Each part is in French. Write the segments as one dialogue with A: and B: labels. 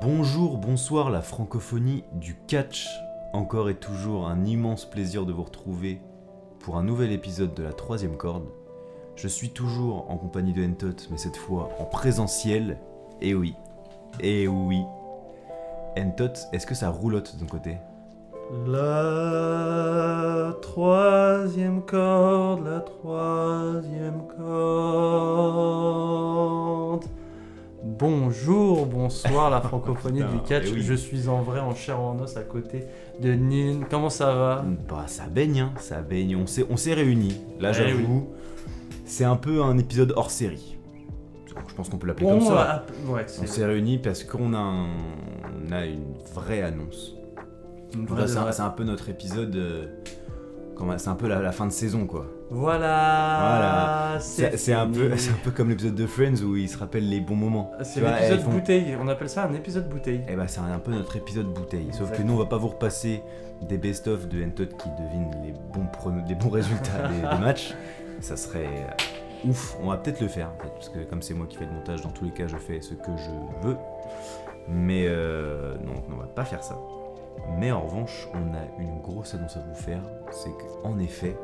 A: Bonjour, bonsoir la francophonie du catch. Encore et toujours un immense plaisir de vous retrouver pour un nouvel épisode de la troisième corde. Je suis toujours en compagnie de Ntot, mais cette fois en présentiel. Et oui, et oui. Ntot, est-ce que ça roulotte de ton côté
B: La troisième corde, la troisième corde. Bonjour, bonsoir la francophonie
A: Putain,
B: du catch.
A: eh oui.
B: Je suis en vrai en chair et en os à côté de Nin. Comment ça va
A: Bah ça baigne, hein, ça baigne. On s'est, on s'est réunis. Là
B: Eh
A: j'avoue, c'est un peu un épisode hors série. Je pense qu'on peut l'appeler comme
B: On
A: ça.
B: va- Ouais,
A: On
B: c'est
A: s'est réunis parce qu'on a, un- on a une vraie annonce.
B: une
A: Donc
B: vraie
A: là,
B: de
A: c'est un,
B: vraie.
A: c'est un peu notre épisode. euh, comment- c'est un peu la, la fin de saison, quoi.
B: Voilà.
A: C'est c'est un,
B: fini.
A: peu- c'est un peu comme l'épisode de Friends où ils se rappellent les bons moments.
B: C'est
A: Tu vois,
B: l'épisode
A: ils font-
B: bouteille. On appelle ça un épisode bouteille.
A: Eh ben, c'est un peu notre épisode bouteille. Sauf que
B: Exact.
A: nous, on va pas vous repasser des best-of de Hentot qui devinent les bons, prono- les bons résultats des, des matchs. Ça serait euh, ouf. On va peut-être le faire, en fait, parce que comme c'est moi qui fais le montage, dans tous les cas, je fais ce que je veux. Mais euh, non, on va pas faire ça. Mais en revanche, on a une grosse annonce à vous faire. C'est qu'en effet,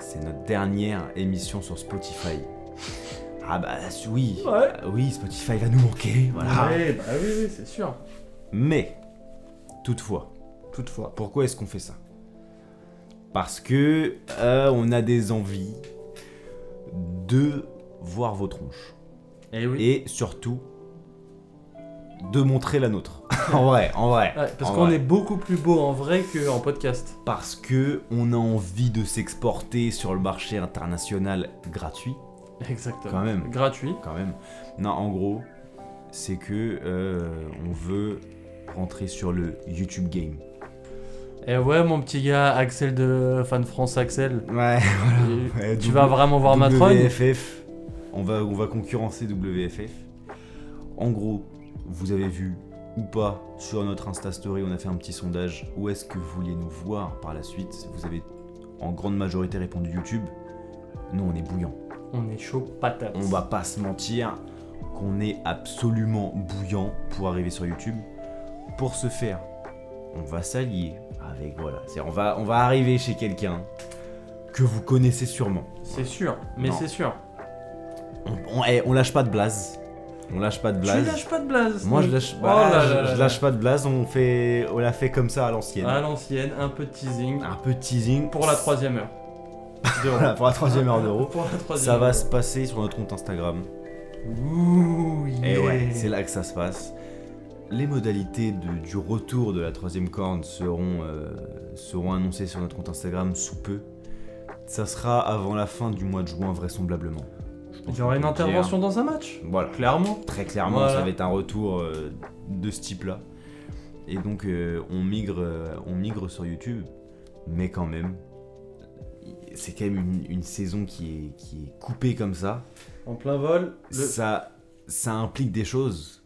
A: c'est notre dernière émission sur Spotify. Ah bah oui,
B: Ouais.
A: oui, Spotify va nous manquer, voilà.
B: Ouais, bah oui, oui, c'est sûr.
A: Mais, toutefois,
B: Toutefois.
A: pourquoi est-ce qu'on fait ça Parce que euh, on a des envies de voir vos tronches
B: Et Eh oui.
A: et surtout de montrer la nôtre. en vrai, en vrai.
B: Ouais, parce
A: en
B: qu'on
A: vrai.
B: est beaucoup plus beau en vrai qu'en podcast.
A: parce que on a envie de s'exporter sur le marché international gratuit,
B: Exactement.
A: quand même.
B: Gratuit.
A: quand même. Non, en gros, c'est que euh, on veut rentrer sur le YouTube game.
B: Et ouais, mon petit gars, Axel de Fan France Axel.
A: Ouais.
B: tu-
A: Ouais,
B: tu
A: double-
B: vas vraiment voir ma trône
A: WFF, on va, on va concurrencer WFF. En gros, vous avez vu ou pas sur notre Insta Story, on a fait un petit sondage. Où est-ce que vous vouliez nous voir par la suite Vous avez en grande majorité répondu YouTube. Nous, on est bouillant.
B: On est chaud patate.
A: On va pas se mentir qu'on est absolument bouillant pour arriver sur YouTube. Pour ce faire, on va s'allier avec voilà, c'est on va on va arriver chez quelqu'un que vous connaissez sûrement.
B: C'est sûr, mais
A: Non.
B: c'est sûr.
A: On, on- eh, on lâche pas de blaze. On lâche pas de
B: Tu
A: blaze.
B: lâches pas de blaze.
A: Moi je lâche,
B: Oh
A: bah,
B: là
A: je-
B: là
A: je
B: là
A: lâche pas de blaze. On fait, on l'a fait comme ça à
B: là.
A: l'ancienne.
B: À l'ancienne, un peu de teasing.
A: Un peu de teasing
B: Pour la troisième heure. D'euros.
A: Voilà, pour la troisième heure d'euro.
B: Pour la troisième
A: Ça va
B: heure.
A: se passer sur notre compte Instagram.
B: Ouh,
A: Et
B: yeah.
A: Eh ouais, c'est là que ça se passe. Les modalités de- du retour de la troisième corne seront, euh, seront annoncées sur notre compte Instagram sous peu. Ça sera avant la fin du mois de juin, vraisemblablement. Je pense
B: Il y aura
A: qu'on
B: une
A: peut le dire.
B: intervention dans un match.
A: Voilà.
B: Clairement.
A: Très clairement,
B: Voilà.
A: ça va être un retour euh, de ce type-là. Et donc, euh, on, migre, euh, on migre sur YouTube, mais quand même, c'est quand même une, une saison qui est, qui est coupée comme ça.
B: En plein vol. le-
A: ça, ça implique des choses,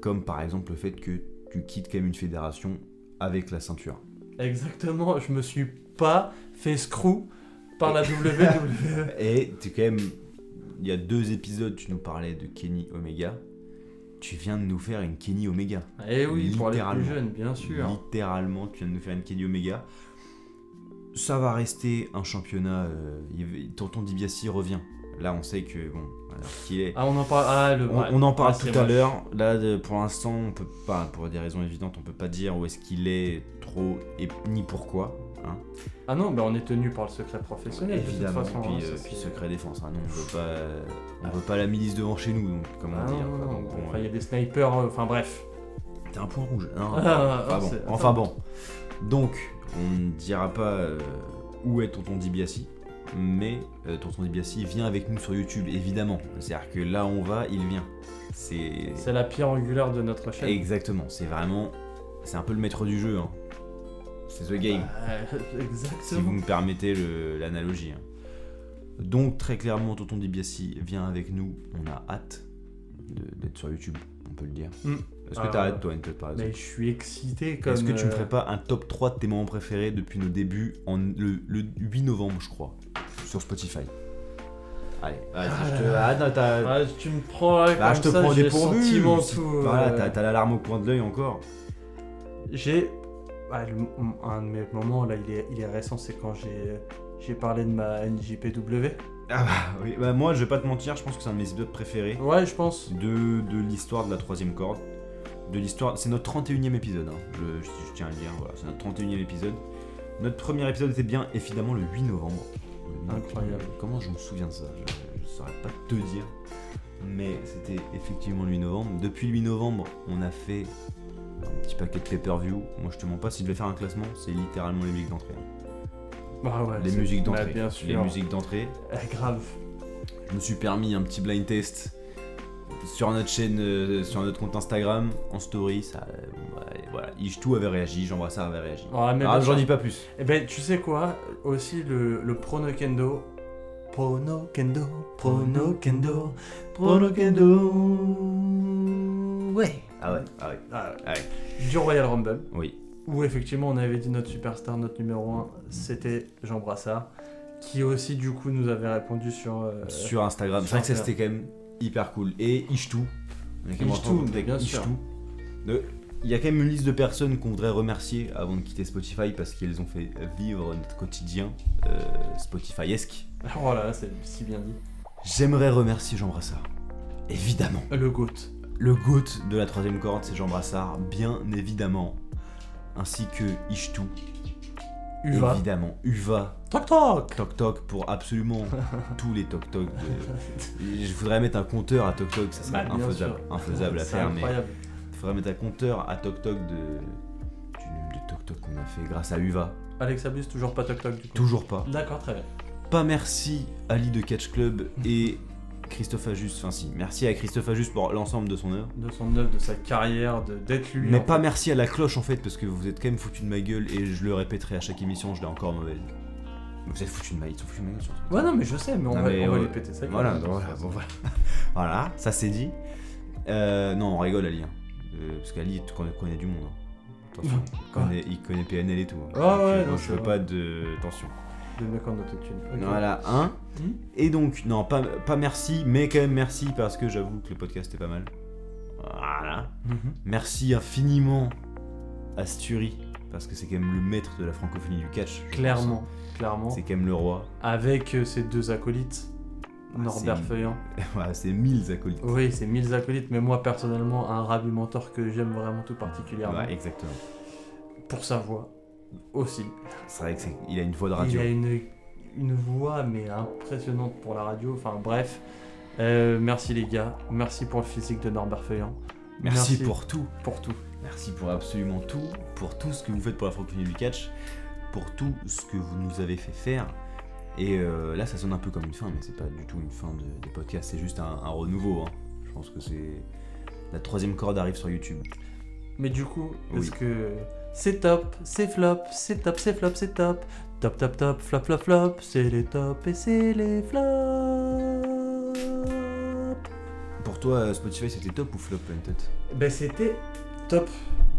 A: comme par exemple le fait que tu quittes quand même une fédération avec la ceinture.
B: Exactement, je me suis pas fait screw par la E. WWE.
A: Et tu quand même, il y a deux épisodes, tu nous parlais de Kenny Omega. Tu viens de nous faire une Kenny Omega.
B: Eh oui, pour les
A: Littéralement.
B: plus jeunes, bien sûr.
A: Littéralement, tu viens de nous faire une Kenny Omega. Ça va rester un championnat. euh, il- Tonton DiBiase revient. Là, on sait que bon, alors qu'il est.
B: Ah, on en parle. Ah, le.
A: On,
B: ouais.
A: on en parle
B: Ah, c'est
A: tout à
B: moche.
A: l'heure. Là, de- pour l'instant, on peut pas, pour des raisons évidentes, on peut pas dire où est-ce qu'il est trop et ni pourquoi. hein.
B: Ah non, bah on est tenu par le secret professionnel
A: Évidemment.
B: de toute façon.
A: puis,
B: hein,
A: euh,
B: c'est-
A: puis secret défense. hein. Non, on veut pas, on veut pas la milice devant chez nous. Donc, comment
B: Ah non,
A: dire
B: non,
A: quoi.
B: non,
A: Donc, bon,
B: enfin, il y a des snipers, euh, enfin bref.
A: T'es un point rouge. Non,
B: Ah,
A: enfin,
B: ah,
A: bon.
B: c'est-
A: Enfin bon. Donc, on ne dira pas euh, où est Tonton Dibiassi, mais euh, Tonton Dibiassi vient avec nous sur YouTube, évidemment. C'est-à-dire que là où on va, il vient. C'est
B: C'est la pierre angulaire de notre chaîne.
A: Exactement, c'est vraiment. C'est un peu le maître du jeu. hein. C'est The Game,
B: Euh,
A: si vous
B: exactement.
A: me permettez le- l'analogie. hein. Donc, très clairement, Tonton DiBiase vient avec nous. On a hâte de- d'être sur YouTube, on peut le dire.
B: Mm.
A: Est-ce que
B: Ah.
A: t'as hâte, toi, Antoine, par
B: Mais
A: exemple
B: je suis excité comme.
A: Est-ce que tu me
B: euh,
A: ferais pas un top 3 de tes moments préférés depuis nos débuts en le, le 8 novembre, je crois, sur Spotify Allez, vas-y, je te. Ah, non, t'as-
B: Ah, tu me prends là,
A: Bah,
B: comme
A: je te
B: ça,
A: prends
B: j'ai
A: des
B: le
A: pourvus.
B: sentiment tout.
A: Voilà,
B: euh,
A: t'as- t'as l'alarme au coin de l'œil encore.
B: J'ai. ah, le- un de mes moments, là, il est, il est récent, c'est quand j'ai j'ai parlé de ma NJPW.
A: Ah bah oui, bah moi je vais pas te mentir, je pense que c'est un de mes épisodes préférés
B: Ouais, je pense.
A: de, de l'histoire de la troisième corde. De l'histoire. C'est notre 31 e épisode, hein. je, je- je tiens à le dire, voilà, c'est notre 31 e épisode. Notre premier épisode était bien évidemment le 8 novembre. Le 8 novembre.
B: Incroyable.
A: Comment je me souviens de ça Je ne saurais pas te dire. Mais c'était effectivement le 8 novembre. Depuis le 8 novembre, on a fait un petit paquet de pay-per-view. Moi je te mens pas, si je devais faire un classement, c'est littéralement les musiques d'entrée. hein.
B: Bah ouais,
A: Les
B: c'est-
A: musiques
B: bah,
A: d'entrée.
B: bien
A: Les
B: sûr.
A: musiques d'entrée.
B: Ah, grave.
A: Je me suis permis un petit blind test sur notre chaîne, euh, sur notre compte Instagram, en story. Ça, euh, bon, bah, et voilà, Ishtou avait réagi, Jean ça avait réagi.
B: Ah, mais
A: Ah,
B: bien
A: j'en
B: sûr.
A: dis pas plus.
B: Eh ben, tu sais quoi Aussi, le, le Prono Kendo. Prono Kendo, Prono Kendo, Prono Kendo. Ouais.
A: Ah ouais, ah ouais.
B: Ah,
A: Ah ouais.
B: Du Royal Rumble,
A: Oui,
B: où effectivement on avait dit notre superstar, notre numéro 1, c'était Jean Brassard, qui aussi du coup nous avait répondu sur. euh,
A: sur Instagram. C'est
B: sur
A: vrai que ça
B: Instagram.
A: c'était quand même hyper cool. Et Ishtou. On est quand même
B: Ishtou,
A: en contact avec
B: bien sûr.
A: Ishtou. De- Il y a quand même une liste de personnes qu'on voudrait remercier avant de quitter Spotify parce qu'elles ont fait vivre notre quotidien euh, Spotify-esque.
B: Oh là là, c'est si bien dit.
A: J'aimerais remercier Jean Brassard. Évidemment.
B: Le GOAT.
A: Le GOAT de la troisième corde, c'est Jean Brassard, bien évidemment. Ainsi que Ishtou,
B: Uva.
A: évidemment. Uva,
B: Toc toc
A: Toc Toc, pour absolument tous les Toc Toc. de- Je voudrais mettre un compteur à Toc Toc, ça serait
B: Bah, bien
A: infaisable,
B: sûr.
A: infaisable à
B: C'est
A: faire, mais
B: incroyable.
A: il faudrait mettre un compteur à Toc Toc de... du nombre de Toc Toc qu'on a fait grâce à Uva.
B: Alex Abus, toujours pas toc toc du coup.
A: Toujours pas.
B: D'accord, très bien.
A: Pas merci à Ali de Catch Club et Christophe Ajus, enfin si, merci à Christophe Ajus pour l'ensemble de son œuvre.
B: 209 de sa carrière, de- d'être lui. hein.
A: Mais
B: en
A: pas merci à la cloche en fait, parce que vous êtes quand même foutu de ma gueule et je le répéterai à chaque émission, je l'ai encore mauvaise. Vous êtes foutu de ma gueule, ils sont foutus de ma gueule sur Twitter.
B: Ouais, non, mais je sais, mais on,
A: Non,
B: va,
A: mais
B: on va
A: ouais.
B: les péter ça.
A: Voilà, voilà, bon, voilà. Voilà, ça c'est dit. Euh, non, on rigole Ali. hein. Euh, parce qu'Ali tu connais, connaît du monde. hein. Attention, il connaît, il connaît PNL et tout. hein.
B: Ah
A: Donc,
B: ouais,
A: euh,
B: non,
A: je
B: c'est
A: veux
B: vrai.
A: pas de. Attention.
B: De mec en autotune. Ok.
A: Voilà, un.
B: Hmm.
A: Et donc, non, pas, pas merci, mais quand même merci parce que j'avoue que le podcast est pas mal. Voilà.
B: Mhm.
A: Merci infiniment à Sturi, parce que c'est quand même le maître de la francophonie du catch. je pense.
B: Clairement, clairement.
A: C'est quand même le roi.
B: Avec euh, ses deux acolytes,
A: Ah,
B: Norbert
A: c'est-
B: Feuillant.
A: Voilà, c'est mille acolytes.
B: Oui, c'est mille acolytes, mais moi personnellement, un rabbi mentor que j'aime vraiment tout particulièrement.
A: Ouais, exactement.
B: Pour sa voix aussi.
A: C'est vrai qu'il a une voix de radio.
B: Il a une, une voix mais impressionnante pour la radio. Enfin bref, Euh, merci les gars, merci pour le physique de Norbert Feuillant.
A: Merci,
B: merci.
A: pour tout.
B: Pour tout.
A: Merci pour absolument tout. Pour tout ce que vous faites pour la francophonie du catch. Pour tout ce que vous nous avez fait faire. Et euh, là, ça sonne un peu comme une fin, mais c'est pas du tout une fin de, des podcasts. C'est juste un, un renouveau. hein. Je pense que c'est. La troisième corde arrive sur YouTube.
B: Mais du coup,
A: Oui.
B: est-ce que c'est top, c'est flop, c'est top, c'est flop, c'est top, top, top, top, flop, flop, flop, c'est les tops et c'est les flops.
A: Pour toi, euh, Spotify, c'était top ou flop, Hunted
B: Ben c'était top.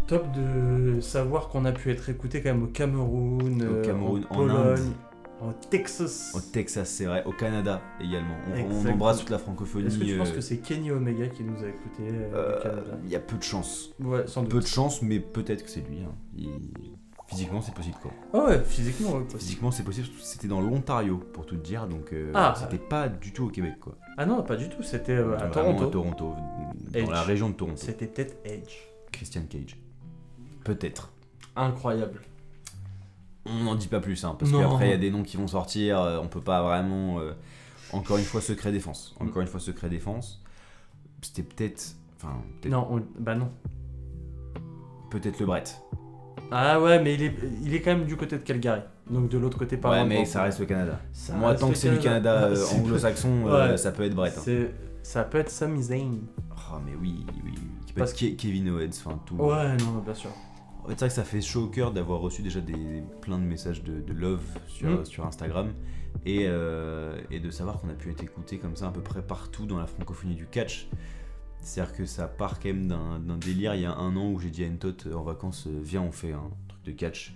B: Top de savoir qu'on a pu être écouté quand même au Cameroun,
A: Au
B: euh,
A: Cameroun,
B: en
A: en Inde.
B: Pologne, au Texas.
A: Au Texas, c'est vrai. Au Canada également. On- On,
B: Exactement.
A: embrasse toute la francophonie.
B: Est-ce que tu penses
A: euh,
B: que c'est Kenny Omega qui nous a écouté
A: euh,
B: euh, du Canada
A: Il y a peu de chance.
B: Ouais, sans
A: Peu
B: doute.
A: de chance, mais peut-être que c'est lui. hein. Il- Physiquement, c'est possible quoi.
B: Ah ouais, physiquement, ouais, possible.
A: Physiquement, c'est possible. surtout que C'était dans l'Ontario, pour tout te dire. Donc, euh,
B: Ah.
A: c'était pas du tout au Québec quoi.
B: Ah non, pas du tout, c'était euh, à
A: Vraiment
B: Toronto.
A: à Toronto, dans
B: Edge.
A: la région de Toronto.
B: C'était peut-être Edge.
A: Christian Cage. Peut-être.
B: Incroyable.
A: On n'en dit pas plus, hein, parce
B: Non.
A: qu'après, il y a des noms qui vont sortir. euh, on peut pas vraiment. euh, encore une fois, secret défense. Encore une fois, secret défense. C'était peut-être. Enfin, peut-être
B: Non, on- bah non.
A: peut-être le Brett.
B: Ah ouais, mais il est, il est quand même du côté de Calgary. Donc de l'autre côté, par
A: ouais,
B: rapport
A: mais
B: au-
A: ça reste le Canada.
B: Ça
A: Moi,
B: reste
A: tant
B: le Ah,
A: que c'est du Canada euh,
B: C'est-
A: anglo-saxon, euh,
B: Ouais.
A: ça peut être Brett. hein.
B: c'est- Ça peut être Sami Zayn.
A: Oh, mais oui, oui, oui. Qui peut
B: Parce
A: être Ke- Kevin Owens, enfin tout.
B: Ouais, non, bien sûr.
A: En fait, c'est vrai que ça fait chaud au cœur d'avoir reçu déjà des, plein de messages de, de love sur,
B: Mm.
A: sur Instagram et, euh, et de savoir qu'on a pu être écouté comme ça à peu près partout dans la francophonie du catch. C'est-à-dire que ça part quand même d'un d'un délire. Il y a un an où j'ai dit à Ntot euh, en vacances, euh, viens, on fait un truc de catch.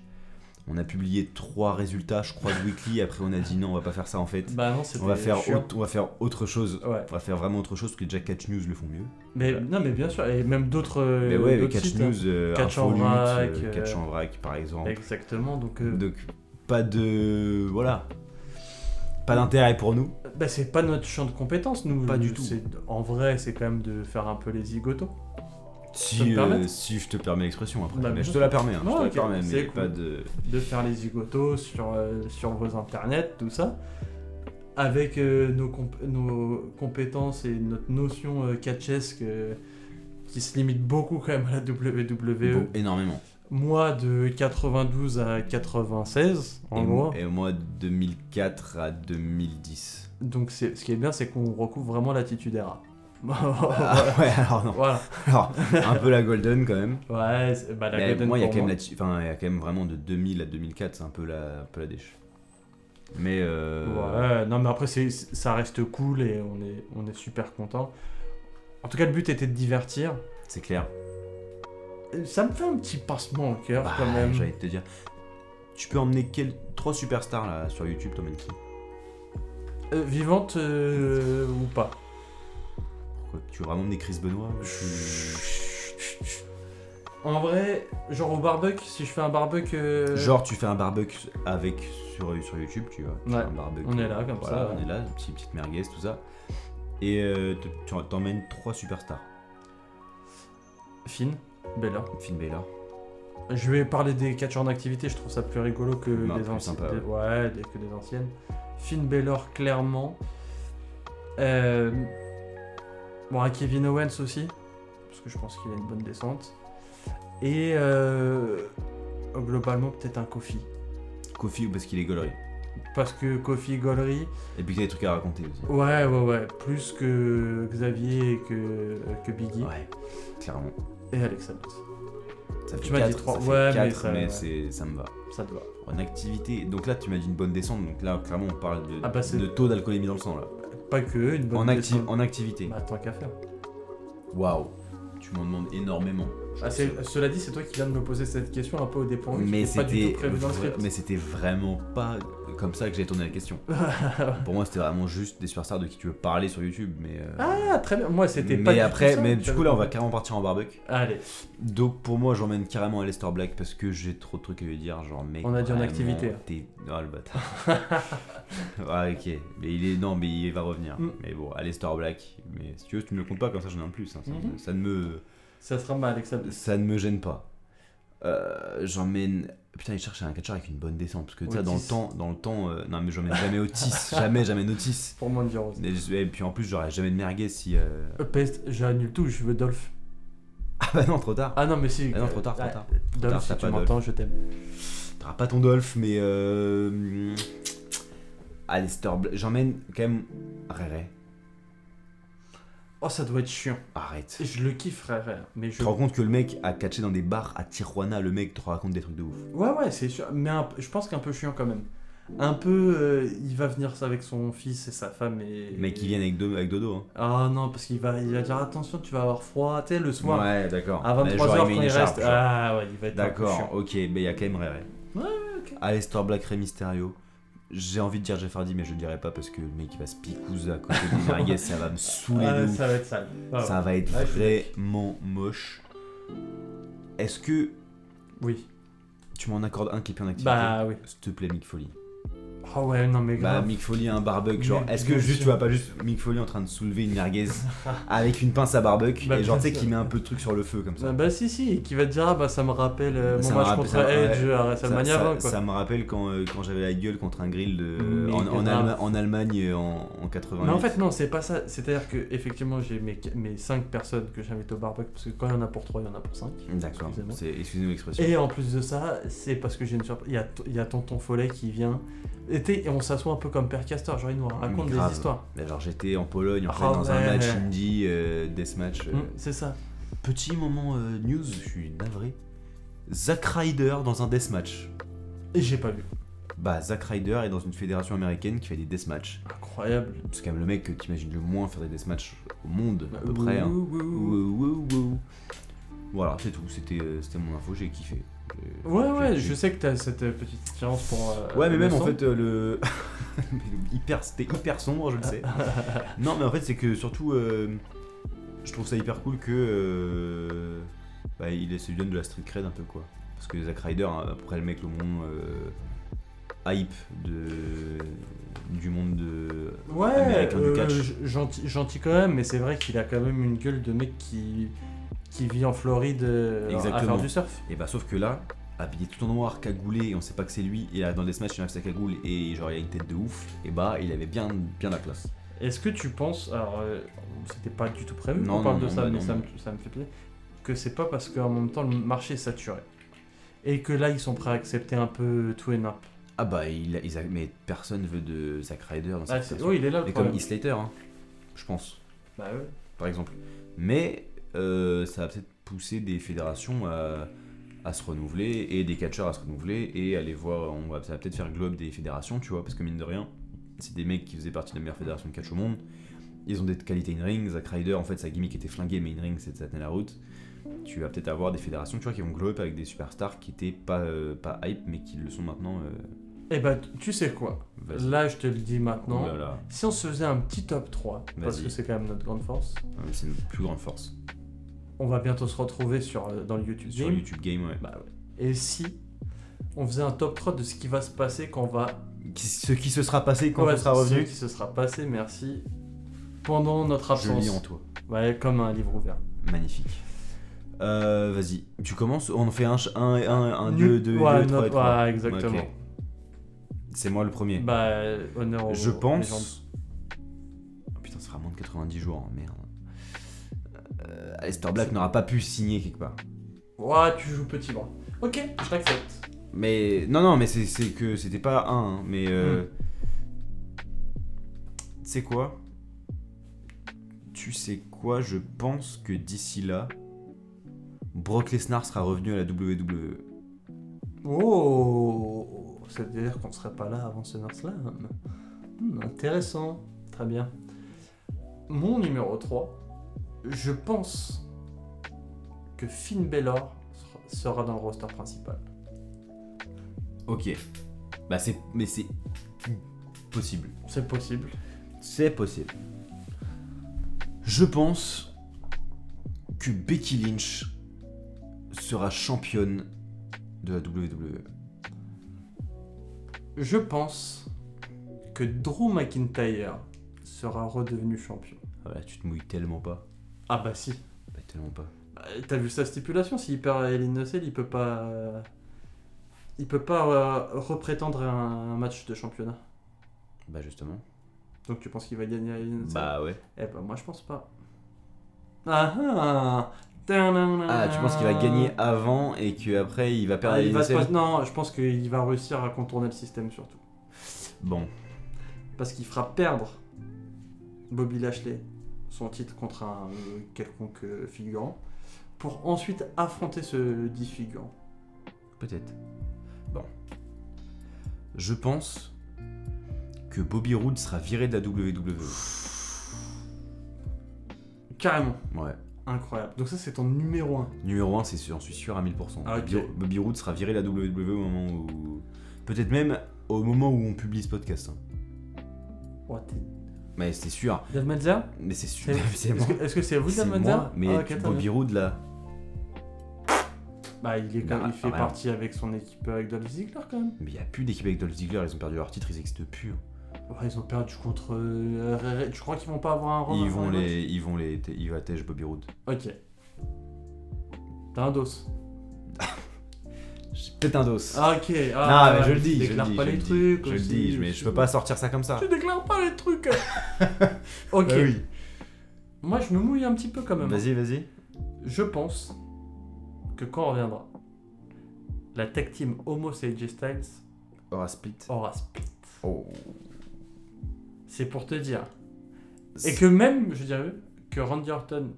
A: On a publié trois résultats, je crois, de weekly. Après, on a dit non, on va pas faire ça en fait.
B: Bah non, c'était
A: On va faire,
B: chiant.
A: autre, on va faire autre chose.
B: Ouais.
A: On va faire vraiment autre chose parce que déjà Catch News le font mieux.
B: Mais
A: Voilà.
B: non, mais bien sûr, et même d'autres.
A: Mais
B: euh,
A: ouais,
B: d'autres
A: Catch
B: sites, hein.
A: News, euh,
B: Catch
A: Infolut,
B: en vrac,
A: euh,
B: euh,
A: Catch en vrac par exemple.
B: Exactement, donc. euh,
A: Donc pas de voilà, pas d'intérêt pour nous.
B: Bah, c'est pas notre champ de compétences, nous.
A: Pas du tout.
B: c'est- En vrai, c'est quand même de faire un peu les zigotos.
A: Si,
B: Peux me
A: euh,
B: permettre
A: si je te permets l'expression après,
B: Bah,
A: mais
B: bien
A: je te
B: sûr.
A: la permets, hein, je
B: Non,
A: te la
B: ok,
A: permets, mais
B: c'est cool.
A: pas de.
B: De faire les zigotos sur, euh, sur vos internets, tout ça. Avec euh, nos, comp- nos compétences et notre notion euh, catchesque euh, qui se limite beaucoup quand même à la WWE.
A: Bon, énormément.
B: Moi, de 92 à 96, en
A: et,
B: gros.
A: et moi, 2004 à 2010.
B: Donc, c'est- ce qui est bien, c'est qu'on recouvre vraiment l'attitude RA.
A: Ah, ouais, alors non.
B: voilà.
A: Alors, un peu la golden quand même.
B: Ouais, c'est- bah, la
A: mais
B: Golden
A: moi, il y a
B: pour
A: quand même la- enfin, il y a quand même vraiment de 2000 à 2004, c'est un peu la, un peu la déche. Mais euh,
B: Ouais, non, mais après, c'est- c'est- ça reste cool et on est, on est super content. En tout cas, le but était de divertir.
A: c'est clair.
B: Euh, Ça me fait un petit pincement au cœur
A: Bah,
B: quand même.
A: J'allais te dire. Tu peux emmener quel... trois superstars là sur YouTube, t'emmènes qui
B: Euh, vivante euh, ou pas
A: Pourquoi Tu veux vraiment emmener Chris Benoit
B: En vrai, genre au barbecue, si je fais un barbecue. euh,
A: Genre, tu fais un barbecue avec sur, sur YouTube, tu vois. tu
B: Ouais,
A: fais un barbecue.
B: on est là, comme
A: voilà,
B: ça, ouais.
A: On est là, une petite, petite merguez, tout ça. Et euh, te- tu en- t'emmènes trois superstars.
B: Fine, Bella.
A: Finn Balor.
B: Je vais parler des catcheurs en activité, je trouve ça plus rigolo que
A: Non,
B: des
A: plus
B: anciennes.
A: sympa,
B: des- Ouais, des- que des anciennes. Finn Balor, clairement. Euh, Bon, un Kevin Owens aussi, parce que je pense qu'il a une bonne descente. Et euh, globalement, peut-être un Kofi.
A: Kofi, parce qu'il est gaulerie.
B: Parce que Kofi Gollery,
A: Et puis, il y a des trucs à raconter aussi.
B: ouais, ouais, ouais, plus que Xavier et que, que Biggie
A: Ouais, clairement.
B: et Alexa Bliss.
A: Ça fait
B: Tu m'as dit
A: quatre,
B: trois.
A: ça fait
B: Ouais, mais
A: quatre,
B: ça-
A: mais,
B: ouais.
A: c'est- ça me va.
B: Ça te va.
A: En activité, donc là, tu m'as dit une bonne descente. Donc là, clairement, on parle de,
B: Ah bah, c'est-
A: de taux d'alcoolémie dans le sang là.
B: Pas que, une bonne
A: En, acti-
B: descente.
A: en activité.
B: Bah, tant qu'à faire.
A: Waouh, tu m'en demandes énormément. Je
B: Ah,
A: pense
B: c'est-
A: que-
B: cela dit, c'est toi qui viens de me poser cette question un peu au dépourvu.
A: mais
B: parce que
A: c'était
B: c'est pas du tout prévu dans le
A: vra-
B: script.
A: mais c'était vraiment pas comme ça que j'ai tourné la question. Pour moi, c'était vraiment juste des superstars de qui tu veux parler sur YouTube, mais. euh,
B: Ah, très bien. Moi, c'était
A: mais
B: pas. du tout
A: après,
B: ça,
A: mais
B: que
A: du
B: j'avais
A: coup là, on va
B: compris.
A: carrément partir en barbecue.
B: Allez,
A: Donc pour moi, j'emmène carrément Lester Black parce que j'ai trop de trucs à lui dire, genre mec.
B: On a dit en
A: vraiment,
B: activité.
A: t'es- Ah le bâtard. ah ok, mais il est non, mais il va revenir.
B: Mm.
A: Mais bon, Lester Black. Mais si tu veux, tu me le comptes pas comme ça, j'en ai un de plus. hein. Ça, me-
B: Mhm.
A: ça ne me
B: ça sera mal, Alexa.
A: ça ne me gêne pas. Euh, j'emmène. Putain, il cherche un catcheur avec une bonne descente. Parce que tu sais, dans le
B: Otis.
A: temps. Dans le temps euh, Non, mais j'emmène jamais Otis. jamais, jamais Otis.
B: Pour moi, de dire aussi.
A: Et, je- et puis en plus, j'aurais jamais de merguez si. euh,
B: Euh, Peste, j'annule tout, je veux Dolph.
A: Ah bah non, trop tard.
B: Ah non, mais si.
A: Ah non,
B: euh,
A: trop tard, trop
B: ouais,
A: tard. tard,
B: Dolph,
A: t'as
B: si tu
A: pas Dolph.
B: m'entends, je t'aime.
A: T'auras pas ton Dolph, mais. Euh... Alistair Black. J'emmène quand même. Réré.
B: Oh, ça doit être chiant.
A: Arrête.
B: Je le kiffe, frère. Mais
A: Tu
B: je.
A: te rends compte que le mec a catché dans des bars à Tijuana, le mec te raconte des trucs de ouf.
B: Ouais, ouais, c'est sûr. Mais un- je pense qu'un peu chiant quand même. Un peu. euh, il va venir ça avec son fils et sa femme et.
A: Le mec il vient avec, Do- avec Dodo. Hein.
B: Ah non, parce qu'il va, il va dire attention, tu vas avoir froid, tu sais, le soir.
A: Ouais, d'accord.
B: À
A: Mais
B: 23h,
A: j'aurais
B: quand
A: mis
B: il
A: une
B: reste.
A: écharpe, genre.
B: Ah ouais, il va être un peu
A: D'accord,
B: chiant.
A: ok, mais il y a quand même Ray Ray.
B: Ouais,
A: ok. Alistair Black, Rey Mysterio. J'ai envie de dire Jeff Hardy, mais je le dirai pas parce que le mec il va se picouze à côté de Marguerite, ça va me saouler
B: Ah,
A: de ouf.
B: ça va être sale. Ah,
A: Ça va être
B: Ah, je suis
A: vraiment moche. Est-ce que
B: Oui.
A: tu m'en accordes un qui est plus en activité
B: Bah oui.
A: S'il te plaît, Mick Foley.
B: Oh ouais, non mais
A: Bah,
B: grave.
A: Mick Foley à un barbecue, genre,
B: Mais
A: est-ce que
B: bien
A: juste
B: sûr.
A: tu vas pas juste Mick Foley en train de soulever une merguez avec une pince à barbecue
B: Bah,
A: et genre, tu
B: bien
A: sais,
B: sûr.
A: qui met un peu de truc sur le feu comme ça
B: bah, bah, si si, et qui va te dire ah bah ça me rappelle euh,
A: Ça
B: mon
A: me
B: match
A: rappelle-
B: contre
A: ça-
B: Edge euh, à
A: Ça,
B: WrestleMania
A: ça-
B: 20 quoi. Mm,
A: ça me rappelle quand, euh, quand j'avais la gueule contre un grill de,
B: Mais
A: en, en
B: grave.
A: Allema- en Allemagne euh, en, en 88.
B: Mais en fait non, c'est pas ça. C'est-à-dire que effectivement j'ai mes, mes 5 personnes que j'invite au barbecue parce que quand il y en a pour 3, il y en a pour 5.
A: D'accord,
B: Excusez-moi.
A: c'est- excusez-moi l'expression.
B: Et en plus de ça, c'est parce que j'ai une surprise. Il y a, t- il y a Tonton Follet qui vient. Et, t'es- et on s'assoit un peu comme Père Castor, genre il nous raconte des
A: grave.
B: histoires.
A: Mais Genre j'étais en Pologne en fait,
B: Ah
A: dans un
B: ouais.
A: match indie, euh, deathmatch. euh,
B: Hmm, c'est ça.
A: Petit moment euh, news, je suis navré. Zack Ryder dans un deathmatch.
B: Et j'ai pas vu.
A: Bah Zack Ryder est dans une fédération américaine qui fait des deathmatchs.
B: Incroyable.
A: C'est quand même le mec que t'imagines le moins faire des deathmatchs au monde à peu près. hein.
B: Ouh, ouh, ouh.
A: Wouh, wouh, wouh. Voilà, c'est tout, c'était euh, c'était mon info, j'ai kiffé. Euh,
B: Ouais, ouais,
A: j'ai-
B: je sais que t'as cette euh, petite attirance pour. euh,
A: Ouais, mais
B: le
A: même en
B: sang.
A: fait, euh, le. mais hyper... C'était hyper sombre, je le sais. non, mais en fait, c'est que surtout, euh, je trouve ça hyper cool que. euh, bah, il se donne de la street cred un peu, quoi. Parce que Zack Ryder, hein, après le mec le moins euh, hype de... du monde de.
B: Ouais,
A: Américain hein, du
B: euh,
A: catch.
B: g- gentil, gentil quand même, mais c'est vrai qu'il a quand même une gueule de mec qui, qui vit en Floride euh, à
A: Exactement.
B: faire du surf.
A: Et bah, sauf que là, habillé tout en noir, cagoulé, et on sait pas que c'est lui, et là, dans les smash, il enlève sa cagoule, et genre, il a une tête de ouf, et bah, il avait bien, bien la classe.
B: Est-ce que tu penses, alors euh, c'était pas du tout prévu
A: Non,
B: qu'on parle
A: non,
B: de
A: non,
B: ça,
A: bah
B: mais
A: non,
B: ça,
A: non.
B: Me, ça me fait plaisir, que c'est pas parce qu'en même temps le marché est saturé et que là ils sont prêts à accepter un peu tout et n'importe.
A: Ah bah, il a- ils a- mais personne veut de Zack Ryder dans
B: Ah,
A: cette
B: c'est-
A: situation.
B: oui, il est là le
A: Mais
B: problème.
A: comme Heath Slater, hein, je pense,
B: Bah ouais.
A: par exemple. Mais euh, ça va peut-être pousser des fédérations à, à se renouveler et des catcheurs à se renouveler et aller voir. On va, ça va peut-être faire globe des fédérations, tu vois, parce que mine de rien, c'est des mecs qui faisaient partie de la meilleure fédération de catch au monde. Ils ont des qualités in-ring. Zack Ryder, en fait, sa gimmick était flinguée, mais in-ring, c'est- ça tenait la route. Tu vas peut-être avoir des fédérations, tu vois, qui vont glow up avec des superstars qui étaient pas, euh, pas hype, mais qui le sont maintenant. euh,
B: Et bah tu sais quoi
A: vas-y.
B: Là je te le dis maintenant.
A: Oh là là.
B: Si on se faisait un petit top 3, parce
A: Vas-y.
B: que c'est quand même notre grande force,
A: Ah, mais C'est notre plus grande force.
B: on va bientôt se retrouver sur, euh, dans le YouTube
A: Sur
B: Game.
A: YouTube Game, ouais.
B: Bah ouais. Et si on faisait un top 3 de ce qui va se passer quand on va.
A: Qui- ce qui se sera passé quand
B: Ouais,
A: on sera
B: ce
A: revenu.
B: qui se sera passé, merci. Pendant notre
A: Je lis en
B: absence.
A: toi.
B: Ouais, comme un livre ouvert.
A: Magnifique. Euh, Vas-y, tu commences, on en fait un, ch- un, un, un
B: Nu-
A: deux, deux,
B: ouais,
A: deux, trois,
B: notre-
A: et trois.
B: ouais, exactement.
A: Ok. C'est moi le premier.
B: Bah, euh, honneur aux
A: je
B: légendes.
A: pense. Oh putain, ça sera moins de 90 jours, hein, merde. Euh, Alistair Black n'aura pas pu signer quelque part.
B: Ouah, tu joues petit bras. Ok, je l'accepte.
A: Mais non, non, mais c'est- c'est que c'était pas un, hein, mais. euh, Hmm. Tu sais quoi Tu sais quoi Je pense que d'ici là, Brock Lesnar sera revenu à la E. WWE.
B: Oh C'est-à-dire qu'on serait pas là avant ce SummerSlam. Hmm, intéressant. Très bien. Mon numéro 3, je pense que Finn Balor sera- sera dans le roster principal.
A: Ok. Bah, c'est. Mais c'est. Possible.
B: C'est possible.
A: C'est possible. Je pense que Becky Lynch sera championne de la E. WWE.
B: Je pense que Drew McIntyre sera redevenu champion.
A: Ah bah, tu te mouilles tellement pas.
B: Ah bah si.
A: Bah, tellement pas.
B: Bah, T'as vu sa stipulation, s'il perd à Hell in a Cell, il peut pas. euh, Il peut pas euh, reprétendre à un, un match de championnat.
A: Bah, justement.
B: Donc tu penses qu'il va gagner à Hell in a Cell
A: Bah, ouais.
B: Eh ben moi je pense pas. Ah ah Tadam.
A: Ah, tu penses qu'il va gagner avant et qu'après il va perdre
B: Ah, il
A: la
B: va se
A: LNSL?
B: passer- Non, je pense qu'il va réussir à contourner le système surtout.
A: Bon,
B: Parce qu'il fera perdre Bobby Lashley son titre contre un euh, quelconque euh, figurant pour ensuite affronter ce dit figurant.
A: peut-être. Bon. Je pense que Bobby Roode sera viré de la E. WWE.
B: Carrément.
A: Ouais.
B: Incroyable. Donc ça c'est ton numéro 1.
A: Numéro 1, c'est sûr, j'en suis sûr à 1000%.
B: Ah, ok.
A: Bobby, Bobby Roode sera viré de la WWE au moment où. Peut-être même au moment où on publie ce podcast. hein.
B: Oh, t'es-
A: Mais c'est sûr.
B: Dave Mazza
A: Mais c'est sûr.
B: C'est-
A: C'est
B: Est-ce
A: moi.
B: que- est-ce que c'est vous
A: C'est
B: Dave
A: moi.
B: Mazza
A: Mais
B: Ah, ok, très
A: Bobby
B: bien.
A: Roode là.
B: Bah il, est quand-
A: Bah,
B: il fait
A: rien.
B: partie avec son équipe euh, avec Dolph Ziggler quand même.
A: Mais il n'y a plus d'équipe avec Dolph Ziggler, ils ont perdu leur titre, ils existent plus. hein.
B: Ouais, ils ont perdu contre. euh, Ray Ray. tu crois qu'ils vont pas avoir un rôle
A: Ils vont les. Ils vont les. Ils vont attacher Bobby Roode.
B: Ok. T'as un dos.
A: J'ai peut-être un dos.
B: Ah, ok.
A: non,
B: Ah,
A: mais je le
B: tu
A: dis, je le
B: déclares
A: dis.
B: pas
A: je
B: les
A: le dis,
B: trucs.
A: Je le
B: aussi,
A: dis, mais je peux pas sortir ça comme ça.
B: Tu déclares pas les trucs. ok. bah
A: Ah oui.
B: Moi je me mouille un petit peu quand même. hein.
A: Vas-y, vas-y.
B: Je pense que quand on reviendra, la tech team Homo et AJ Styles
A: Aura split.
B: aura Oh, split.
A: Oh.
B: C'est pour te dire. Et que même, je dirais, que Randy Orton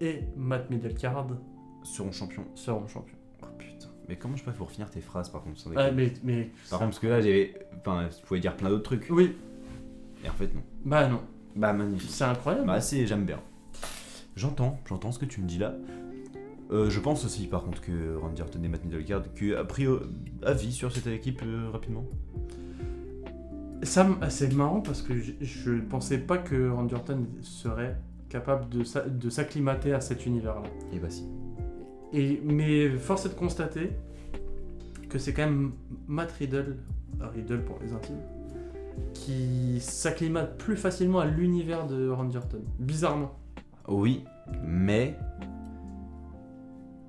B: et Matt Middlecard
A: Seront champions.
B: seront champions.
A: Oh putain. Mais comment je peux pour finir tes phrases par contre sans
B: Ah,
A: déconner
B: mais, mais ça-
A: Par contre, parce que là, j'avais. Enfin, je pouvais dire plein d'autres trucs.
B: Oui,
A: Et en fait, non.
B: bah non,
A: Bah, magnifique.
B: c'est incroyable.
A: Bah, c'est. J'aime bien. J'entends, j'entends ce que tu me dis là. Euh, je pense aussi, par contre, que Randy Orton et Matt Middlecard, que a pris euh, avis sur cette équipe euh, rapidement.
B: Ça, m- c'est marrant parce que je- je pensais pas que Randy Orton serait capable de, s'a- de s'acclimater à cet univers-là.
A: Et bah si.
B: Et, mais force est de constater que c'est quand même Matt Riddle, euh, Riddle pour les intimes, qui s'acclimate plus facilement à l'univers de Randy Orton. Bizarrement.
A: Oui, mais.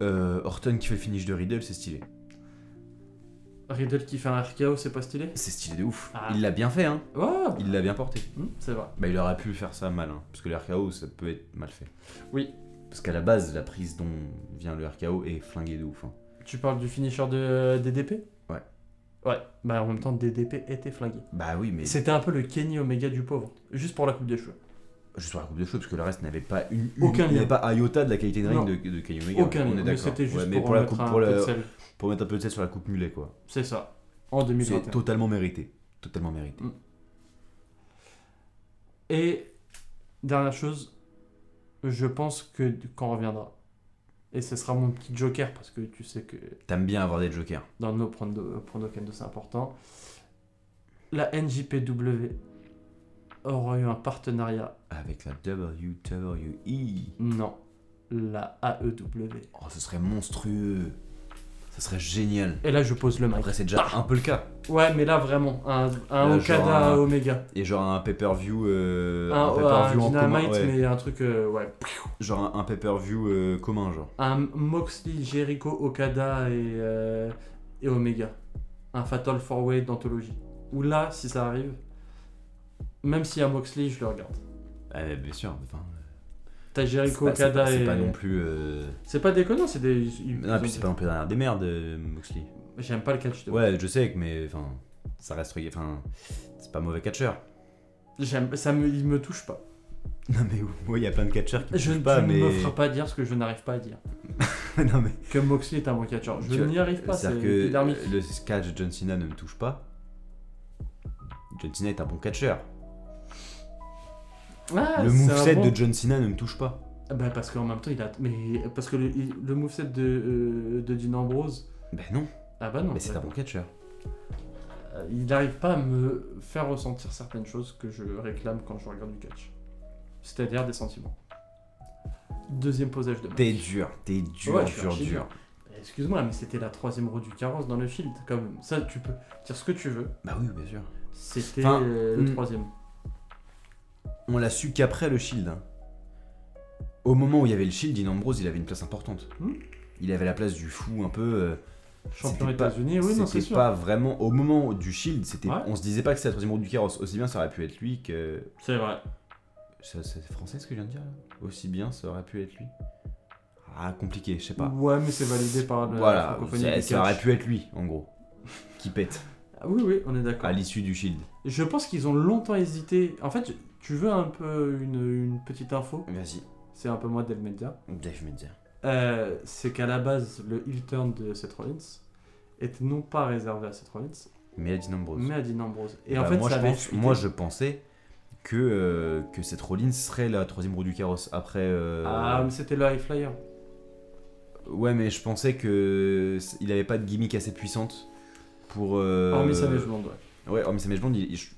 A: euh, Orton qui fait le finish de Riddle, c'est stylé.
B: Riddle qui fait un RKO, c'est pas stylé
A: C'est stylé de ouf.
B: Ah.
A: Il l'a bien fait, hein.
B: Ouais,
A: Il l'a bien porté.
B: hmm, c'est vrai.
A: Bah, il aurait pu faire ça mal, hein. Parce que le RKO, ça peut être mal fait.
B: Oui.
A: Parce qu'à la base, la prise dont vient le RKO est flinguée de ouf. hein.
B: Tu parles du finisher de DDP
A: Ouais.
B: Ouais, bah en même temps, DDP était flingué.
A: Bah oui, mais.
B: C'était un peu le Kenny Omega du pauvre, juste pour la coupe des cheveux.
A: Juste sur la coupe de cheveux, parce que le reste n'avait pas une,
B: Aucun
A: il n'avait
B: lien.
A: pas un iota de la qualité de ring
B: Non.
A: de, de Kenny Omega.
B: Aucun,
A: on est
B: mais
A: d'accord.
B: c'était juste
A: Ouais, mais
B: pour, en
A: la
B: mettre
A: coupe,
B: un
A: pour,
B: peu
A: la-
B: de sel.
A: pour mettre un peu de sel sur la coupe mulet, quoi.
B: C'est ça, en
A: C'est
B: 2021.
A: totalement mérité. Totalement mérité.
B: Et dernière chose, je pense que quand on reviendra, et ce sera mon petit joker parce que tu sais que
A: T'aimes bien avoir des jokers.
B: dans nos pronos pronos kendo, c'est important, la NJPW aura eu un partenariat,
A: Avec la WWE.
B: non, la E AEW.
A: Oh, ce serait monstrueux. Ce serait génial.
B: Et là, je pose le mic.
A: Après, c'est
B: Ah.
A: déjà un peu le cas.
B: Ouais, mais là, vraiment, un, un
A: Là, genre
B: Okada
A: un-
B: Omega.
A: Et genre un pay-per-view. euh,
B: un, Ah, un
A: pay-per-view en commun.
B: Dynamite,
A: ouais.
B: mais un truc, euh, ouais.
A: Genre un, un pay-per-view euh, commun, genre.
B: Un Moxley, Jericho, Okada et, euh, et Omega. Un Fatal Four Way d'anthologie. Ou là, si ça arrive, même s'il y a Moxley, je le regarde.
A: Ah, mais bien sûr. Enfin,
B: T'as
A: c'est
B: Jericho,
A: pas, c'est
B: Okada
A: pas- c'est
B: et.
A: pas non plus. euh,
B: C'est pas déconnant, c'est des. ils- ils
A: Non,
B: ont-
A: puis c'est pas non plus la dernière des merdes, euh, Moxley.
B: J'aime pas le catch de.
A: Ouais, je sais que, mais enfin, ça reste. Enfin, c'est pas mauvais catcheur.
B: J'aime... Ça me... Il me touche pas.
A: Non, mais moi, il y a plein de catcheurs qui me
B: Je
A: touchent
B: ne
A: pas,
B: tu ne
A: mais.
B: me feras pas dire ce que je n'arrive pas à dire.
A: non, mais.
B: Que Moxley est un bon catcheur. Je
A: Tu vois,
B: n'y arrive pas, c'est
A: C'est-à-dire
B: que...
A: que le catch de John Cena ne me touche pas. John Cena est un bon catcheur.
B: Ah,
A: le
B: c'est un
A: moveset
B: bon
A: de John Cena ne me touche pas.
B: Bah parce qu'en même temps il a... Mais parce que le, il- le moveset de, euh, de Dean Ambrose...
A: Ben non,
B: Ah bah non.
A: mais c'est
B: bah,
A: un bon catcheur.
B: euh, Il n'arrive pas à me faire ressentir certaines choses que je réclame quand je regarde du catch. C'est-à-dire des sentiments. Deuxième posage de main.
A: T'es dur, t'es dur,
B: Ouais, je suis
A: dur,
B: archi
A: dur.
B: Excuse-moi, mais c'était la troisième roue du carrosse dans le field, quand même. Ça, tu peux dire ce que tu veux.
A: Bah oui, bien sûr.
B: C'était
A: Enfin,
B: euh, le
A: hmm.
B: troisième.
A: On l'a su qu'après le Shield. hein. Au moment où il y avait le Shield, Dean Ambrose, il avait une place importante.
B: Hmm.
A: Il avait la place du fou un peu. euh,
B: Champion
A: c'était pas-
B: États-Unis, oui, non, c'est
A: c'était
B: sûr.
A: pas vraiment au moment du Shield, c'était
B: Ouais.
A: on se disait pas que c'était la troisième roue du carrosse. Aussi bien ça aurait pu être lui que
B: C'est vrai.
A: ça- c'est français ce que je viens de dire. là Aussi bien ça aurait pu être lui. Ah compliqué, je sais pas.
B: Ouais, mais c'est validé par le
A: voilà,
B: francophonie
A: ça-
B: du
A: ça
B: catch.
A: aurait pu être lui en gros. Qui pète
B: Ah oui, oui, on est d'accord.
A: à l'issue du Shield.
B: Je pense qu'ils ont longtemps hésité. En fait, tu veux un peu une, une petite info
A: Vas-y,
B: C'est un peu moi Del Media.
A: Dave me dire.
B: Euh, c'est qu'à la base, le heel turn de Seth Rollins était non pas réservé à Seth Rollins,
A: Mais à Dean Ambrose.
B: mais à Dean Ambrose. Et en
A: Bah,
B: fait,
A: moi,
B: ça
A: je
B: avait
A: pense-
B: fuité.
A: moi, je pensais que euh, que cette Rollins serait la troisième roue du carrosse après. euh,
B: Ah, mais c'était le High Flyer.
A: Ouais, mais je pensais que c- il avait pas de gimmick assez puissante pour. euh,
B: Hormis sa neige blonde, ouais.
A: Ouais, hormis sa mèche blonde. il- il- je-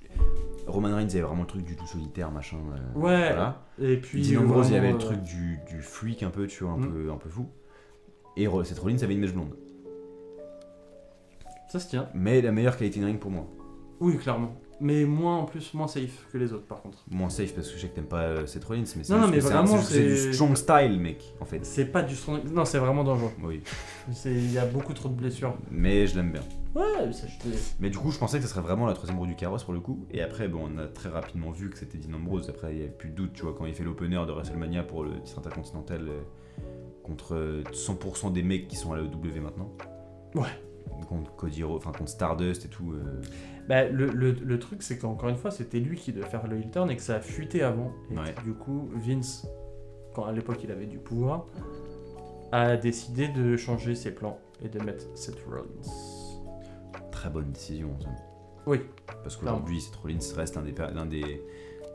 A: Roman Reigns avait vraiment le truc du tout solitaire, machin. euh,
B: Ouais.
A: Voilà.
B: Et puis.
A: Dean Ambrose, il
B: vraiment,
A: avait le
B: euh,
A: truc du, du freak un peu, tu vois, un
B: Mm.
A: peu un peu fou. Et Ro- cette Rollins avait une mèche blonde.
B: Ça se tient.
A: Mais la meilleure qualité de ring pour moi.
B: Oui, clairement. Mais moins en plus, moins safe que les autres, par contre.
A: Moins safe parce que je sais que t'aimes pas euh, cette Rollins, mais c'est
B: Non,
A: juste
B: non, mais
A: que c'est un-
B: vraiment,
A: c'est juste- c'est
B: c'est-
A: du strong style, mec, en fait.
B: C'est pas du son. Non, c'est vraiment dangereux.
A: Oui.
B: C'est- Il y a beaucoup trop de blessures.
A: Mais je l'aime bien.
B: Ouais, ça, je te-
A: Mais du coup, je pensais que ce serait vraiment la troisième roue du carrosse pour le coup. Et après, bon, on a très rapidement vu que c'était Dean Ambrose. Après, il n'y avait plus de doute, tu vois, quand il fait l'opener de WrestleMania pour le titre intercontinental euh, contre euh, 100% des mecs qui sont à la W maintenant.
B: Ouais.
A: Contre Cody Rhodes, enfin contre Stardust et tout. euh,
B: Bah, le, le- le truc, c'est qu'encore une fois, c'était lui qui devait faire le heel turn et que ça a fuité avant. Et
A: Ouais.
B: que, du coup, Vince, quand à l'époque il avait du pouvoir, a décidé de changer ses plans et de mettre Seth Rollins.
A: très bonne décision en somme.
B: Oui.
A: Parce qu'aujourd'hui, Seth Rollins reste un des, per- l'un des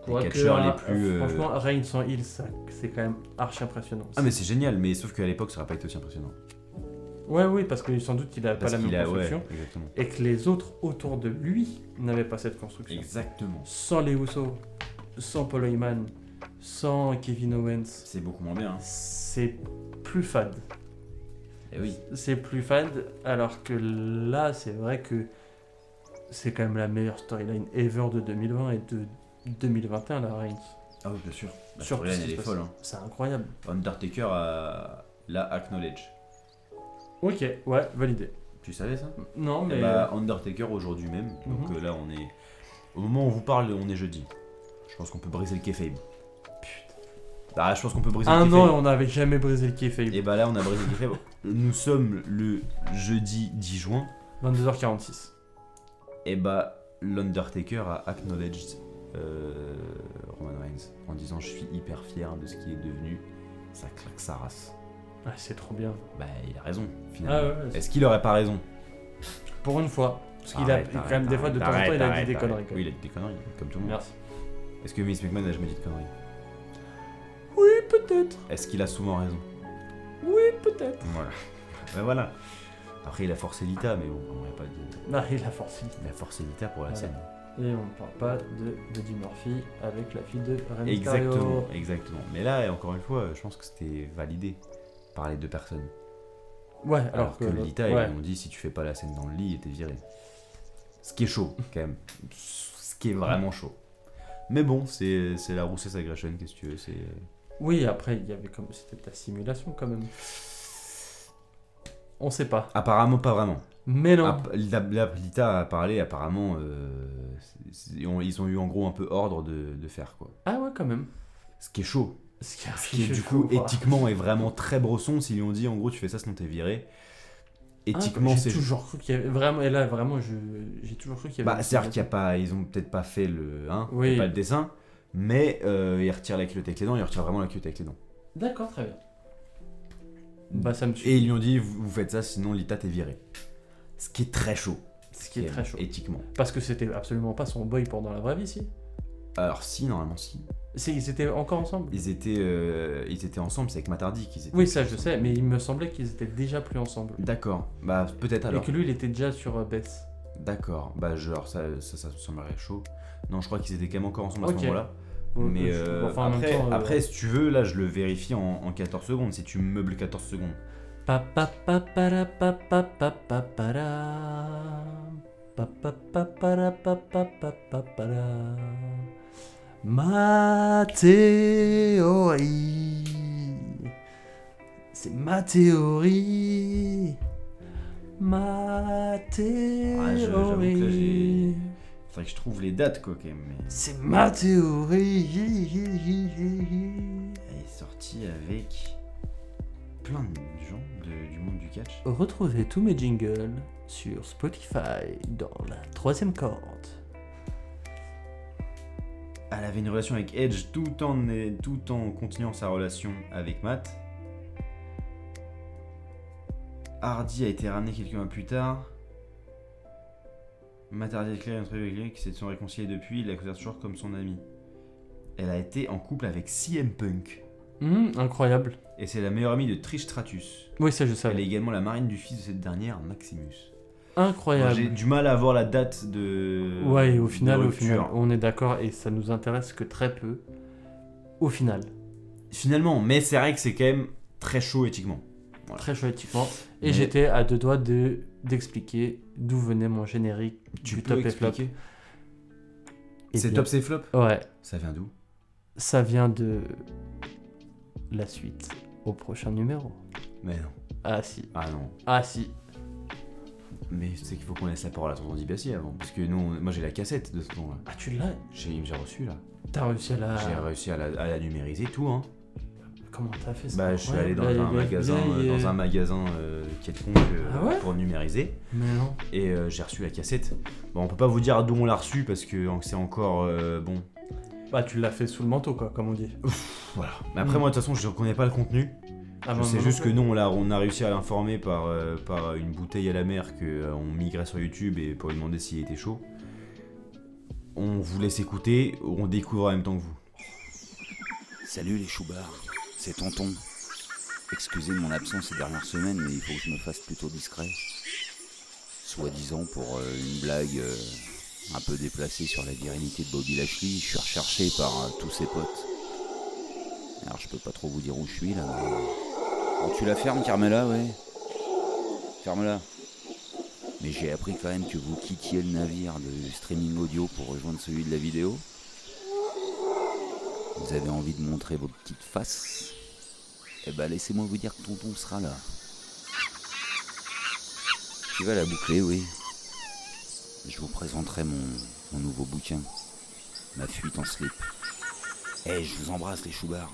B: Ouais, que,
A: catcheurs les
B: euh,
A: plus, euh,
B: Franchement, Reigns sans Hill, ça, c'est quand même archi impressionnant.
A: Ah, mais c'est génial, mais sauf qu'à l'époque, ça aurait pas été aussi impressionnant.
B: Ouais, oui, parce que sans doute il a pas
A: Parce
B: la même
A: qu'il a-
B: construction.
A: ouais, exactement.
B: Et que les autres autour de lui n'avaient pas cette construction.
A: Exactement.
B: Sans les Usos, sans Paul Heyman, sans Kevin Owens,
A: C'est beaucoup moins bien. hein.
B: c'est plus fade.
A: Eh oui.
B: C'est plus fade, alors que là, c'est vrai que c'est quand même la meilleure storyline ever de 2020 et de 2021, la Reigns.
A: Ah oui, bien sûr. La
B: Sur
A: storyline,
B: ce qui
A: elle est
B: se
A: folle.
B: passe.
A: hein.
B: C'est incroyable.
A: Undertaker a... l'a acknowledge.
B: Ok, ouais, validé.
A: Tu savais ça
B: Non, mais. euh,
A: Eh bah, Undertaker aujourd'hui même. Donc
B: Mhm.
A: euh, là, on est. Au moment où on vous parle, on est jeudi. Je pense qu'on peut briser le kayfabe.
B: Putain.
A: Bah, je pense qu'on peut briser le
B: Un
A: kayfabe.
B: an et on n'avait jamais brisé le kayfabe.
A: Et bah là, on a brisé le kayfabe. Nous sommes le jeudi 10 juin.
B: 22h46.
A: Et bah, l'Undertaker a acknowledged euh, Roman Reigns en disant Je suis hyper fier de ce qu'il est devenu. Ça claque sa race.
B: Ah, c'est trop bien.
A: Bah, il a raison,
B: Ah
A: finalement.
B: ouais, ouais,
A: Est-ce qu'il aurait pas raison
B: Pour une fois. Parce qu'il a
A: Arrête,
B: quand même
A: arrête,
B: des fois, de temps en
A: arrête,
B: temps, il a
A: arrête,
B: dit des
A: arrête.
B: conneries. quand
A: Oui, il
B: même.
A: a dit des conneries, comme tout le monde.
B: Merci.
A: Est-ce que Vince McMahon a jamais dit de conneries
B: Oui, peut-être.
A: Est-ce qu'il a souvent raison
B: Oui, peut-être.
A: Voilà. bah voilà. Après, il a forcé l'ITA, mais bon, on aurait pas dit.
B: Non, Ah, il a forcé.
A: Il a forcé l'ITA pour la
B: Voilà.
A: scène.
B: Et on ne parle pas de Buddy Murphy avec la fille de Remy
A: Exactement, exactement. Mais là, encore une fois, je pense que c'était validé par les deux personnes.
B: Ouais, alors,
A: Alors que Lita, ils
B: ouais.
A: ont dit si tu fais pas la scène dans le lit, t'es viré. Ce qui est chaud, quand même. Ce qui est vraiment chaud. Mais bon, c'est c'est la Rousseff Aggression, qu'est-ce que tu veux c'est...
B: Oui, après, il y avait comme. C'était de la simulation quand même. On sait pas.
A: Apparemment, pas vraiment.
B: Mais non.
A: App- la- la- Lita a parlé, apparemment, euh, c'est- c'est- on- ils ont eu en gros un peu ordre de, de faire, quoi.
B: Ah ouais, quand même.
A: Ce qui est chaud.
B: Ce qui, est
A: Ce qui, du coup,
B: Ah,
A: éthiquement, est vraiment très brosson. S'ils lui ont dit, en gros, tu fais ça, sinon t'es viré. Éthiquement, c'est
B: Ah, J'ai toujours cru qu'il y avait. Vraiment, et là, vraiment, je... j'ai toujours cru qu'il y avait.
A: Bah,
B: une
A: c'est-à-dire qu'il
B: simulation.
A: y a pas, ils ont peut-être pas fait le, hein,
B: Oui.
A: peut-être pas le dessin, mais euh, ils retirent la culotte avec les dents, ils retirent vraiment la culotte avec les dents.
B: D'accord, très bien. Bah, ça me suit.
A: Mm. Et ils lui ont dit, vous, vous faites ça, sinon l'ITA t'est viré. Ce qui est très chaud.
B: Ce qui est
A: euh,
B: très chaud.
A: Éthiquement.
B: Parce que c'était absolument pas son boy pendant la vraie vie, si.
A: Alors si, normalement si.
B: C'est- Ils étaient encore ensemble
A: Ils étaient, euh, ils étaient ensemble, c'est avec Matardi qu'ils étaient.
B: Oui, ça je sais, mais il me semblait qu'ils étaient déjà plus ensemble.
A: D'accord. Bah peut-être alors.
B: Et que lui, il était déjà sur euh, Beth.
A: D'accord. Bah genre ça, ça, ça, ça m'aurait chaud. Non, je crois qu'ils étaient quand même encore ensemble à
B: Ok.
A: ce moment-là.
B: Euh,
A: Mais
B: je trouve-
A: euh,
B: enfin, en même
A: après,
B: temps, euh,
A: après, si tu veux, là, je le vérifie en, en 14 secondes. Si tu meubles 14 secondes.
B: pa- pa- pa- pa- ra- pa- pa- pa- pa- pa- ra. Pa- pa- pa- pa- ra- pa- pa- pa- pa- pa- ra. Ma théorie. C'est ma théorie. Ma
A: Ah, je- j'avoue que là, j'ai-
B: théorie.
A: Faudrait que je trouve les dates, quoi, quand même. mais-
B: C'est ma théorie.
A: Elle est sortie avec plein de gens de- du monde du catch.
B: Retrouvez tous mes jingles sur Spotify dans la troisième corde.
A: Elle avait une relation avec Edge tout en, tout en continuant sa relation avec Matt. Hardy a été ramené quelques mois plus tard. Matt Hardy a déclaré entre avec lui qui se sont réconciliés depuis, il la considère toujours comme son ami. Elle a été en couple avec CM Punk.
B: Hum, incroyable.
A: Et c'est la meilleure amie de Trish Stratus.
B: Oui, ça je
A: Elle est
B: savais.
A: également la marraine du fils de cette dernière, Maximus. Alors, J'ai
B: Incroyable.
A: du mal à avoir la date de.
B: Ouais, et au
A: de
B: final, au
A: rupture.
B: final, on est d'accord et ça nous intéresse que très peu. Au final,
A: Finalement, mais c'est vrai que c'est quand même très chaud éthiquement.
B: très chouettiquement. Et
A: Mais-
B: j'étais à deux doigts de d'expliquer d'où venait mon générique du top et flop.
A: expliquer
B: Eh
A: C'est
B: bien,
A: top, c'est flop
B: Ouais,
A: Ça vient d'où
B: ça vient de la suite au prochain numéro.
A: Mais non.
B: Ah si,
A: Ah non.
B: ah si.
A: Mais c'est qu'il faut qu'on laisse la parole à tonton Dibassi avant. Parce que nous, on- moi j'ai la cassette de ce ton là.
B: Ah tu l'as
A: J'ai j'ai reçu là.
B: T'as réussi à la.
A: J'ai réussi à la, à la numériser tout hein.
B: Comment t'as fait ça
A: Bah je suis allé dans,
B: Ouais, bah, là,
A: un
B: il y a-
A: magasin,
B: là, il y
A: euh,
B: a-
A: dans un magasin euh, quelconque euh,
B: Ah ouais
A: pour numériser.
B: Mais non.
A: et euh, j'ai reçu la cassette. Bon, on peut pas vous dire d'où on l'a reçue parce que c'est encore euh, bon.
B: Bah tu l'as fait sous le manteau quoi, comme on dit.
A: Voilà. Mais après,
B: Mm. Ah, bah,
A: moi, de toute façon, je reconnais pas le contenu. je sais juste que nous, on a, on a réussi à l'informer par, euh, par euh, une bouteille à la mer qu'on migrait sur YouTube et pour lui demander s'il était chaud. On vous laisse écouter, on découvre en même temps que vous.
C: Salut les choubards, c'est Tonton. Excusez mon absence ces dernières semaines, mais il faut que je me fasse plutôt discret. Soi-disant pour euh, une blague euh, un peu déplacée sur la virilité de Bobby Lashley, je suis recherché par euh, tous ses potes. Alors je peux pas trop vous dire où je suis là. mais- Oh, tu la fermes, Carmela, ouais. Ferme-la. Mais j'ai appris quand même que vous quittiez le navire de streaming audio pour rejoindre celui de la vidéo. Vous avez envie de montrer vos petites faces Eh ben laissez-moi vous dire que tonton sera là. Tu vas la boucler, oui. Je vous présenterai mon, mon nouveau bouquin. Ma fuite en slip. Eh, je vous embrasse les choubards.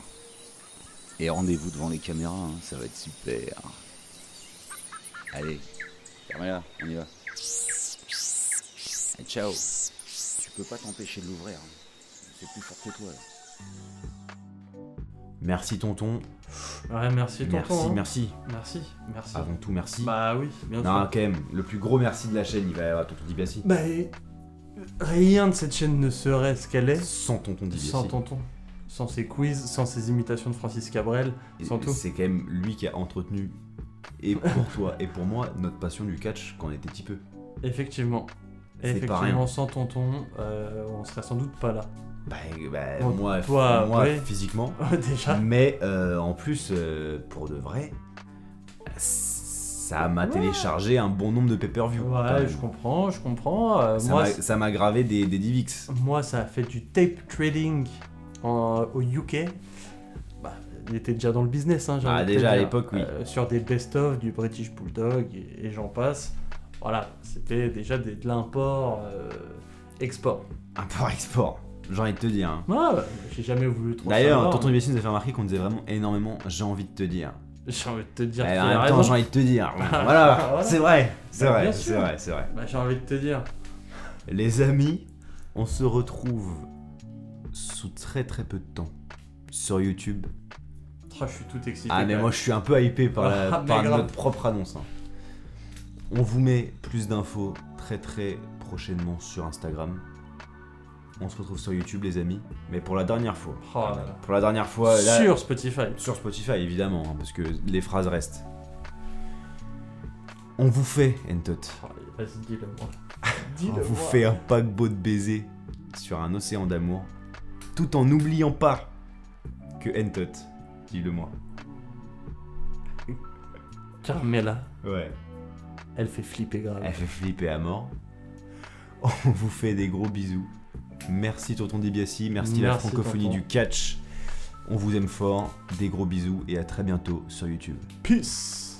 C: Et rendez-vous devant les caméras, hein, ça va être super. Allez, Carmela, on y va. Et ciao. Tu peux pas t'empêcher de l'ouvrir. hein. C'est plus fort que toi. là.
A: Merci tonton.
B: Ouais, merci tonton.
A: merci,
B: hein.
A: merci.
B: Merci, merci.
A: Avant tout, merci.
B: Bah oui, bien
A: non,
B: sûr.
A: quand même, le plus gros merci de la chaîne, il va à tonton Dibiassi.
B: Bah, et- rien de cette chaîne ne serait ce qu'elle est
A: Sans tonton Dibiassi.
B: sans tonton. Sans ses quiz, sans ses imitations de Francis Cabrel.
A: Et
B: sans tout.
A: C'est quand même lui qui a entretenu, et pour toi et pour moi, notre passion du catch quand on était petit peu.
B: Effectivement.
A: C'est pas rien.
B: Effectivement, sans tonton, euh, on serait sans doute pas là.
A: Bah, bah,
B: Bon,
A: moi,
B: toi, Ah.
A: moi
B: ouais.
A: physiquement.
B: Déjà.
A: Mais euh, en plus, euh, pour de vrai, ça m'a
B: Ouais.
A: téléchargé un bon nombre de pay-per-view. quand
B: Ouais,
A: même.
B: je comprends, je comprends. Euh,
A: Ça
B: moi,
A: m'a-
B: c'est-
A: ça m'a gravé des, des DivX.
B: moi, ça a fait du tape trading en- au UK. Bah, il était déjà dans le business, hein, j'ai
A: Ah,
B: envie de te
A: déjà, à
B: dire.
A: l'époque, oui.
B: Euh, sur des best-of du British Bulldog et, et j'en passe. Voilà, c'était déjà des- de l'import, euh, export.
A: Import export, j'ai envie de te dire. hein.
B: Ah, bah, j'ai jamais voulu trop
A: D'ailleurs,
B: savoir,
A: Tonton
B: mais
A: Ibassi nous a fait remarquer qu'on disait vraiment énormément j'ai envie de te dire.
B: J'ai envie de te
A: Eh,
B: dire.
A: en
B: qu'il a
A: même
B: raison.
A: temps, j'ai envie de te dire. Voilà,
B: Voilà.
A: c'est vrai, c'est
B: Bah,
A: vrai,
B: bien
A: c'est
B: sûr.
A: vrai, c'est vrai.
B: Bah, j'ai envie de te dire.
A: Les amis, on se retrouve sous très très peu de temps sur YouTube.
B: Oh, je suis tout excité.
A: Ah mais
B: quand
A: moi je suis un peu hypé par, la-
B: Ah, mais
A: par
B: grave.
A: notre propre annonce. hein. On vous met plus d'infos très très prochainement sur Instagram. On se retrouve sur YouTube les amis, mais pour la dernière fois.
B: Oh là là.
A: Pour la dernière fois, là,
B: Sur Spotify.
A: sur Spotify évidemment, hein, parce que les phrases restent. On vous fait, Entot,
B: Oh, Vas-y, dis-le-moi.
A: on
B: Dis-le-moi.
A: vous fait un paquebot de baisers sur un océan d'amour, tout en n'oubliant pas que Entot, dis-le moi.
B: Carmela,
A: Ouais.
B: elle fait flipper grave.
A: Elle fait flipper à mort. On vous fait des gros bisous. Merci Tonton Dibiassi, merci, la
B: Merci,
A: francophonie
B: tonton.
A: du catch. On vous aime fort, des gros bisous et à très bientôt sur YouTube.
B: Peace